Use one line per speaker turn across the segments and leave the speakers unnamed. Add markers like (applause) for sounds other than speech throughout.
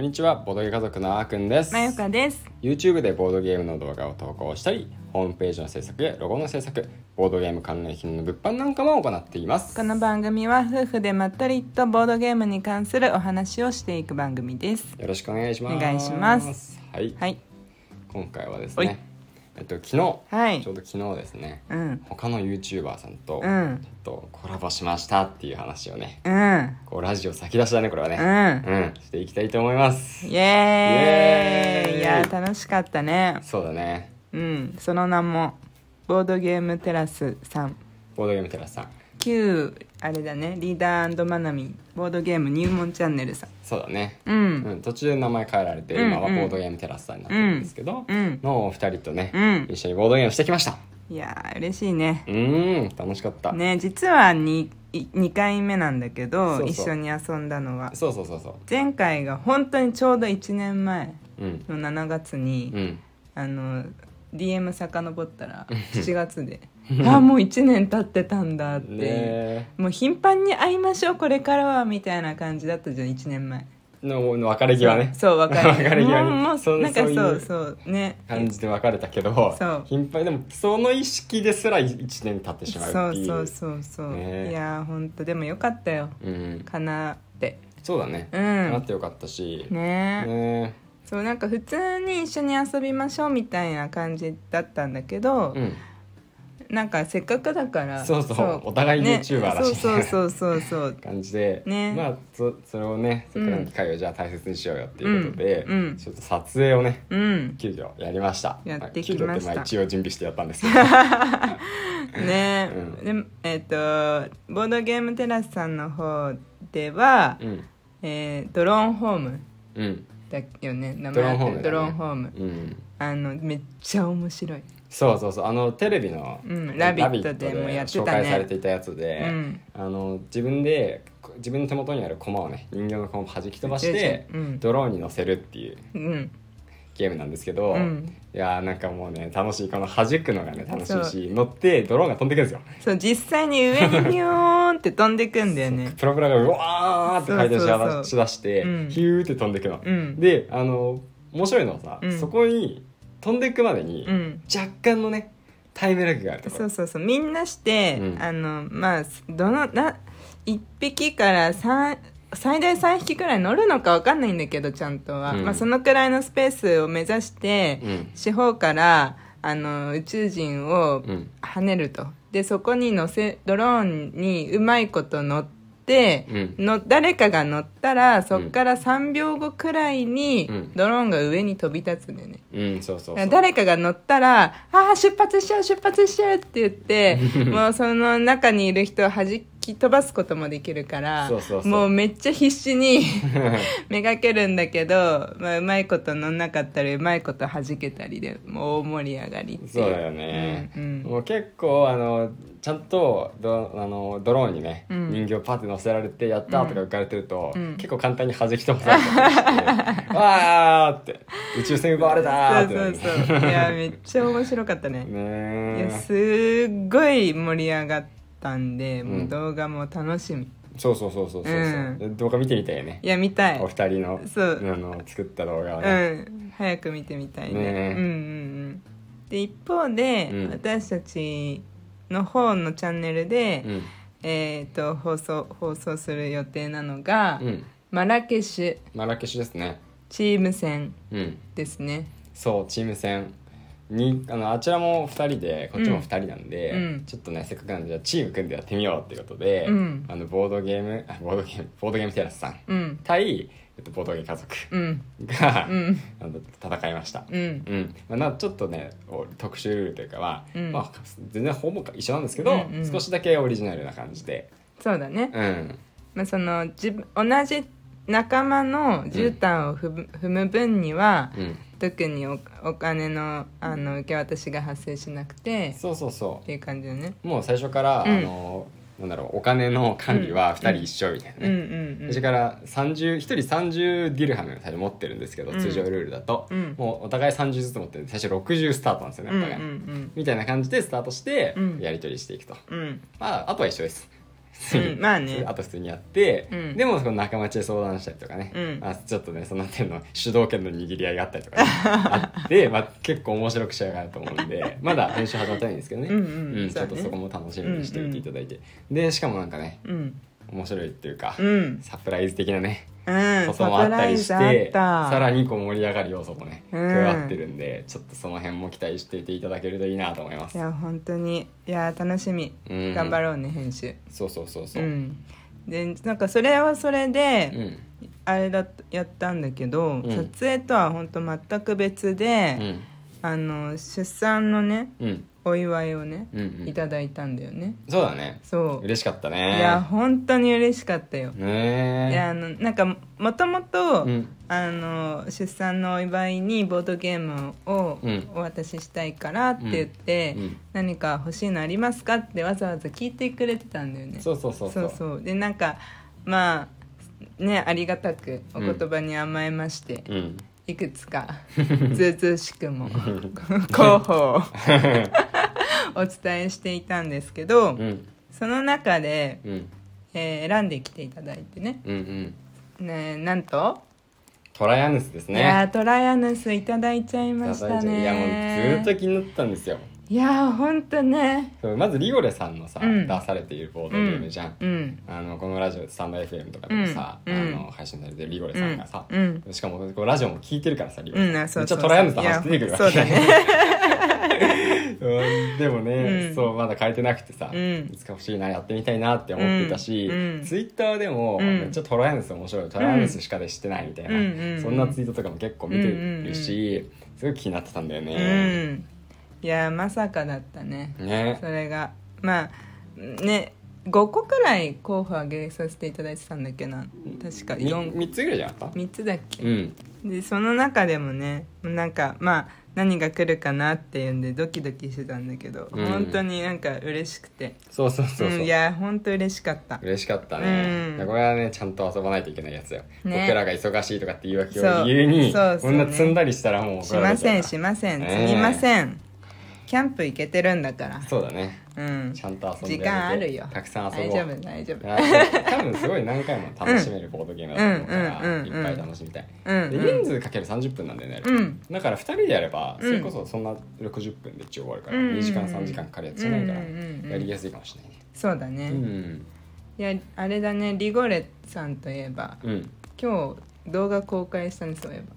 にちはボードゲー家族のあーくんです
まよかです
YouTube でボードゲームの動画を投稿したりホームページの制作やロゴの制作ボードゲーム関連品の物販なんかも行っています
この番組は夫婦でまったりとボードゲームに関するお話をしていく番組です
よろしくお願いします
お願いします
はい、
はい
今回はです
おい
ねえっと昨日、
はい
ちょうど昨日ですね
うん
他の YouTuber さんと、
う
えっ
ん
とコラボしましたっていう話をね
うん
こうラジオ先出しだねこれは
う
ね
ん
うん、していきたいと思います
イエーイ
イエーイ
いやー楽しかったね
そうだね
うんその名もボードゲームテラスさん
ボードゲームテラスさん
旧あれだねリーダーマナミボードゲーム入門チャンネルさん
そうだね
う
うんん、途中名前変えられて、
うんうん
今はボードゲームテラスさんになってるんですけど、
うん
のお二人とね、
うん
一緒にボードゲームしてきました
いやー嬉しいね
うーん楽しかった、
ね実は 2, 2回目なんだけ
そ
ど
うそう
一緒に遊んだのは
そうそうそうそ
前回が本当にちょうど1年前
ううん
の7月に、
うん
あの DM 遡ったら7月で「あもう1年経ってたんだ」って、
ね
もう頻繁に会いましょうこれからはみたいな感じだったじゃん1年前
のの別れ際ね
そう別
(laughs)
れ
別れ際に
もうもう
そ
なんか
そういう
そうそうね
感じで別れたけど
そう
頻繁にでもその意識ですら1年経ってしま
そう
って
う
いう
そうそうそう、
ね
いやーほんとでもよかったよ
うん、
かなって
そうだね、
うん
なってよかったし
ね
ね
そうなんか普通に一緒に遊びましょうみたいな感じだったんだけど、
うん
なんかせっかくだから
そうそうお互い YouTuber だし
ね、そうそうそうそうそう
感じで、
ね
まあそそれをね
う
そ
ん
こらの機会をじゃあ大切にしようよっていうことで、
うんうん
ちょっと撮影をね
うん
急遽やりました
やってきました
あ急遽ってまあ一応準備してやったんです
(laughs)
けど
ね、でえっ、とボードゲームテラスさんの方では、
うん
えードローンホーム
うん
だよね名
ドロー
前
ンホームだね
ドローンホーム
うん
あのめっちゃ面白い
そうそうそうあのテレビの「
うんラビットでもやって
紹
たね
介されていたやつで、
うん
あの自分でこ自分の手元にあるコマをね人形のコマを弾き飛ばして、
うん
ドローンに乗せるっていう
うん
ゲームなんですけど、
うん
いやーなんかもうね楽しいこの弾くのがね楽しいし乗ってドローンが飛んでくるんですよ
そう実際に上にビヨーンって飛んでくんだよね
プロペラがうわーって回転しだ
そうそうそう
しだして、
うん
ヒューって飛んでくの、
うん
であの面白いのはさ、
うん
そこに飛んでいくまでに、
うん
若干のねタイムラグがあるとこ
そ
ろ
うそうそうみんなして、
うん
あのまあどのな1匹から3最大3匹くらい乗るのか分かんないんだけどちゃんとは、
うん
まあ、そのくらいのスペースを目指して、
うん
四方からあの宇宙人を
うん
跳ねると、でそこに乗せドローンにうまいこと乗って、
うん
の誰かが乗ったらそこから3秒後くらいに、
うん
ドローンが上に飛び立つんだよね
うんそうそうそう
誰かが乗ったら「ああ出発しちゃう出発しちゃう」って言って
(laughs)
もうその中にいる人を弾き飛ばすこともできるから
そうそうそう
もうめっちゃ必
(laughs)
死にめがけるんだけど、まあ、うまいこと乗んなかったりうまいこと弾けたりでもう大盛り上がりっていう
そうだよね、
うんうん
もう結構あのちゃんとドあのドローンにね、
うん
人形パッて乗せられて「やった!」とか浮かれてると、
うん
結構簡単に弾き飛ばされたりしてわーって宇宙船奪われたーってな
(laughs) そ
る
う
ね
そうそういやめっちゃ面白かったね
(laughs)
い
ね
や
ー
すっごい盛り上がったんでもうんう動画も楽しみ、
そうそうそうそうそうそう、
うん
で動画見てみたいよね
いや見たい
お二人の
そう
あの作った動画をね、
うん、早く見てみたいね
ねえ
うんうんうんで一方で、
うん
私たちの方のチャンネルで、
うん
えー、と放送放送する予定なのが、
うん
マラケシュ
マラケシュですね
チーム戦
うん
ですね
そうチーム戦にあのあちらも2人でこっちも2人なんで、
うんうん
ちょっとねせっかくなんでじゃあチーム組んでやってみようっていうことで、
うん
あのボードゲームあボードゲーム (laughs) ボードゲームテラスさん
うん
対、えっと、ボードゲーム家族
うん
が、
うん
あの戦いました、
うん
うんまあ、なちょっとねお特殊ルールというかは、
うん
まあ、全然ほぼ一緒なんですけど、
うんうん
少しだけオリジナルな感じで、
そうだね、
うん、
まあ、その自分同じ仲間の絨毯を踏む踏む分には、
うん、
特におお金のあの受け渡しが発生しなくて
そうそうそ
っていう感じだね
うもう最初から、
うん
あのなんだろうお金の管理は2人一緒みたいなね、
うんうんうん
それから30 1人30ディルハム最初持ってるんですけど、
うん
通常ルールだと、
うん
もうお互い30ずつ持ってるんで最初60スタートなんですよね
う
お
んう
互い、
ん
みたいな感じでスタートして
うん
やり取りしていくと、
うんうん
まああとは一緒です (laughs)
うんまあね
あと普通にやって、
うん
でもその仲間内で相談したりとかね、
うん
まあ、ちょっとねその点の主導権の握り合いがあったりとか、ね、
(laughs)
あって、まあ、結構面白く仕上がると思うん
(laughs)
でまだ練習始まってないんですけどね
うんうん
ちょっと
そうだね
そこも楽しみにしておいていただいて、でしかもなんかね
うん
面白いっていうか、
うん
サプライズ的なね
うん
こともあったりし
サプライ
て、
ズあった
さらにこう盛り上がる要素もね加
うん
わってるんで、ちょっとその辺も期待していていただけるといいなと思いま
い
す。
や本当にいや楽しみ、
うん
頑張ろうね編集
そうそうそうそうう。
んでなんかそれはそれ
う
で、
ん
あれだっやったんだけど、
ん
撮影とは本当全く別で、
うん
あの出産のね
うん
お祝いをね、
うんうん
いただいたんだよね
そうだね。
そう、
嬉しかった
いや
ね。
本当に嬉しかったよ、
ねえ。
いやあのなんかもともと、
うん
あの出産のお祝いにボードゲームを
うん
お渡ししたいからって言って、
うんうん
何か欲しいのありますかってわざわざ聞いてくれてたんだよね
そうそうそうそう。
そうそうでなんかまあねありがたくお言葉に甘えまして、
うん。
いく
(laughs)
つかずうずうしくも候補
(laughs)
をお伝えしていたんですけ
う
ど、
ん
その中で、
うん
えー選んできていただいてね
うんうん。
ねなんと、
トライアヌスです
いや
ね。
ートライアヌスいただいちゃい
い
ま
や
したね
もうずっと気になったんですよ。
いやーほんとね
そうまずリゴレさんのさ、
うん
出されているボードゲームじゃん。
うん
あのこのラジオスタンド FM とかでもさ、
うん
あの配信されてるリゴレさんがさ、
うん
しかもこうラジオも聞いてるからさリゴレ
うんあ
さん、
そう
めっちゃ
そう
トライアンスの話出てくるわけ
いやそう
(laughs) うんでもね、
うん
そうまだ変えてなくてさ、
うん
いつか欲しいなやってみたいなって思ってたし、
うんうん
ツイッターでも、
うん
めっちゃトライアンス面白いトライアンスしかでしてないみたいな、
うんうん
そんなツイートとかも結構見てるし、すごい気になってたんだよ
う
ね、
んいやーまさかだったね
ね
それがまあね5個くらい候補挙げさせていただいてたんだっけな確か
み
4
3つぐらいじゃなかった
3つだっけ
うん
でその中でもねなんかまあ何が来るかなっていうんでドキドキしてたんだけど、
うん
本当になんか嬉しくて
そうそうそうそう、
うん、いや本当嬉しかった
嬉しかったね、
うん
いやこれはねちゃんと遊ばないといけないやつよ、
ね
僕らが忙しいとかっていうわけ
そ
を
う
理由に
そう
こ
そうんね
な積んだりしたらもう
し
怒ら
ま
れちゃ
せ
うん
しません
ね
す
え
みません、キャンプ行けてるんだから
そうだね
うん
ちゃんと遊んで
時間あるよ
たくさん遊
大
ぼ
丈
う
夫大丈
い
夫
や多分すごい何回も楽しめるボードゲームだと思うから、
うんうんうんうん
いっぱい楽しみたい、
うん
で人数かける30分なんだよね、
うん
だから2人でやれば
う
そ
ん
れこそそんな60分で一応終わるから、
うんうんうん
2時間3時間かかるやつじゃないから、
うんうんうん
やりやすいかもしれないね
そうだね、
うん
いやあれだねリゴレさんといえば
うん
今日動画公開したねそういえば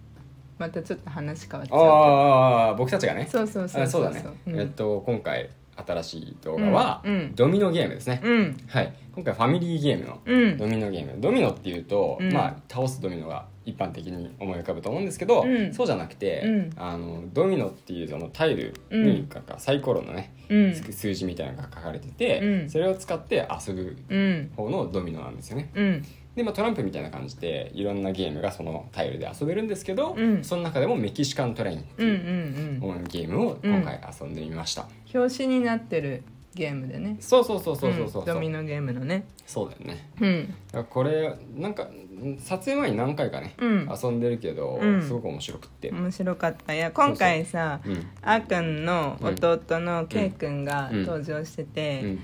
またちょっと話変わっちゃう
ああ僕たちがね
そうそうそう
あそうだね、
うん
えっと今回新しい動画は、
うんうん
ドミノゲームですね、
うん
はい今回ファミリーゲームの
うん
ドミノゲーム、ドミノっていうと、
うん
まあ倒すドミノが一般的に思い浮かぶと思うんですけど、
うん
そうじゃなくて、
うん
あのドミノっていうそのタイルにかか、サイコロのね、
うん
つく数字みたいなのが書かれてて、
うん
それを使って遊ぶ
うん
方のドミノなんですよね。
うん
で、まあ、トランプみたいな感じでいろんなゲームがそのタイルで遊べるんですけど、
うん
その中でもメキシカントレインって
うんうん
いううんゲームを今回遊んでみました、
表紙になってるゲームでね
そうそうそうそうそうそう、
んドミノゲームのね
そうだよね
うん
だからこれなんかん撮影前に何回かね、
うん
遊んでるけど、
うん
すごく面白くって、
面白かったいや今回さ
そうそううん
あーくんの弟のけいくんが
うん
登場してて、
うん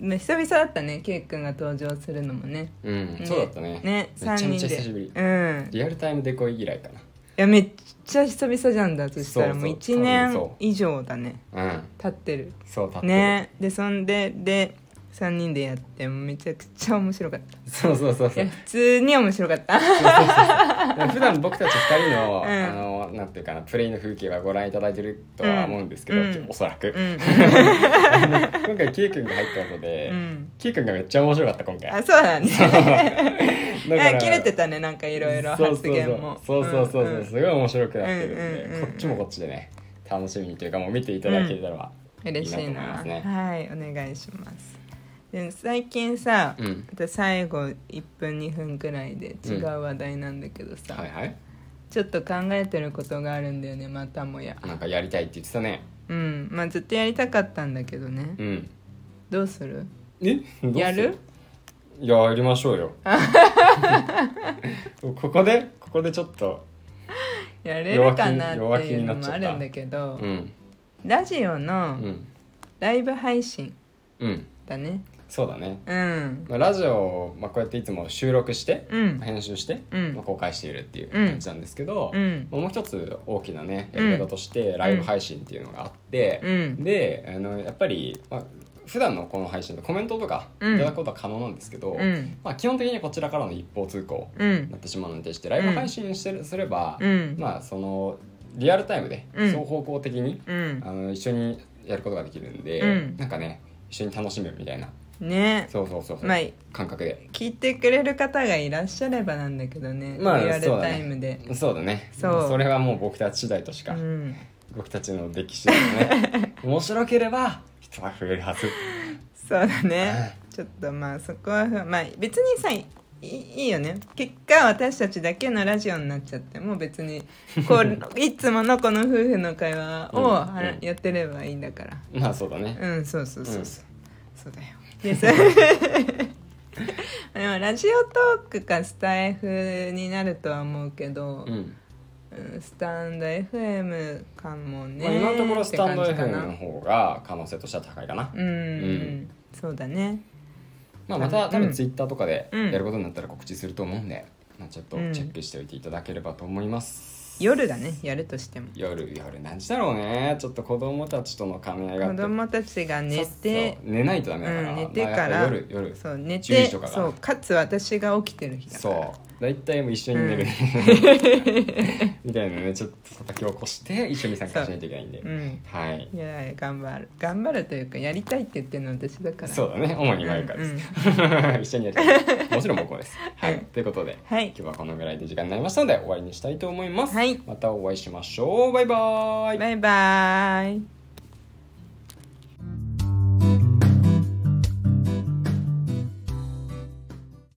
まあ久々だったねけいくんが登場するのもね
うん
ね
そうだったね
ね
め
三
ちゃめちゃ
人で
久しぶり、
うん
リアルタイムデコイ以来か
いやめっちゃ久々じゃんだとしたら
そうそう
もう1
多分
年
そ
以上だね
なうん
経ってる
そう立ってる
ねでそんでで3人でやってめちゃくちゃ面白かっ
そうそうそう
た
そ
(laughs) いうや普通に面白
(laughs)
かった
普段僕たち2人の,、
うん
あのなんていうかなプレイの風景はご覧いただいてるとは思うんですけど、
うん
おそらく、
うん
今回 K 君が入ったことで、
うん
K 君がめっちゃ面白かった今回
あそうだね
だ
(laughs)
から
切れてたねなんかいろいろ発言も
そうそうそうそうそうそう、
んん
すごい面白くなってるんで、
うんうんうんうん
こっちもこっちでね楽しみにというかもう見ていただけたら、
嬉しい
いいなと思いま
な
すね
はいお願いしますで最近さ、
うん
あと最後1分2分くらいで違う話題なんだけどさ、
はいはい
ちょっと考えてることがあるんだよねまたもや
なんかやりたいって言ってたね
うんまあずっとやりたかったんだけどね
うん
どうする
えどうす
やる
いややりまし
(laughs)
ょうよここでここでちょっと
やれるかな
弱
っ
気
ていうの
弱気になっち
も
ゃった
あるんだけど、
うん
ラジオ
う
の
ん
ライブ配信
うん
だね
そうだね、
うん
まあ、ラジオを、まあ、こうやっていつも収録して、
うん
編集して、
うん
まあ公開しているっていう感じなんですけど、
うん
まあもう一つ大きなねやり方としてライブ配信っていうのがあって、
うん
であのやっぱり、まあ普段のこの配信でコメントとかい
うん
ただくことは可能なんですけど、
うん
まあ、基本的にこちらからの一方通行
う
になんってしまうのに対してライブ配信してるすれば、
うん
まあそのリアルタイムで
うん
双方向的に、
うん
あの一緒にやることができるんで、
うん
なんかね一緒に楽しむみたいな
ね
そうそうそうそう、
まあ聞
感覚で
いてくれる方がいらっしゃればなんだけどね、
まあ
リアル
そうだね
タイムで
そうだね
そう
れはもう僕たち次第とし
う
か、
ん
僕たちの歴史です
(laughs)
ね面白ければ人は増えるはず
そうだねちょっとまあそこはまあ別にさいいいよね結果私たちだけのラジオになっちゃっても別にこ
(laughs)
ういつものこの夫婦の会話を
うん
はら
うん
やってればいいんだから
まあそうだね、
うんそうそうそううんそう、そうだよで
(laughs)
それでもラジオトークかスタイフになるとは思うけど、
うん
うんスタンド FM かもね、
まあ、今のところスタンド
って感
FM
じか
の
な
方が可能性としては高いかな、
うん、
ん
そうだね
まあ、また
うん
多分ツイッターとかで
うん
やることになったら告知すると思うんで、まあ、ちょっとチ
うん
ェックしておいていただければと思います、
夜だねやるとしても
夜夜何時だろうねちょっと子供たちとの兼ね合いがあ
子
って
供たちが寝て
そう寝ないとダメだから、
うん、寝て
まあ
か
や
ら、
っぱ夜夜
そう寝
10
て
時とかが
そうかつ私が起きてる日だから
そう大体もう一緒に寝る、 (laughs) みたいなねちょっと叩き起こして一緒に参加しないといけないんで、
うん
はい
いやいや頑張る頑張るというかやりたいって言ってるのは私だから
そうだね主にマユカです、 (laughs) 一緒にやりたいもちろん僕もですは
うん
いということで、
はい
今日はこのぐらいで時間になりましたので終わりにしたいと思います、
はい
またお会いしましょうバイバーイ
バイバーイ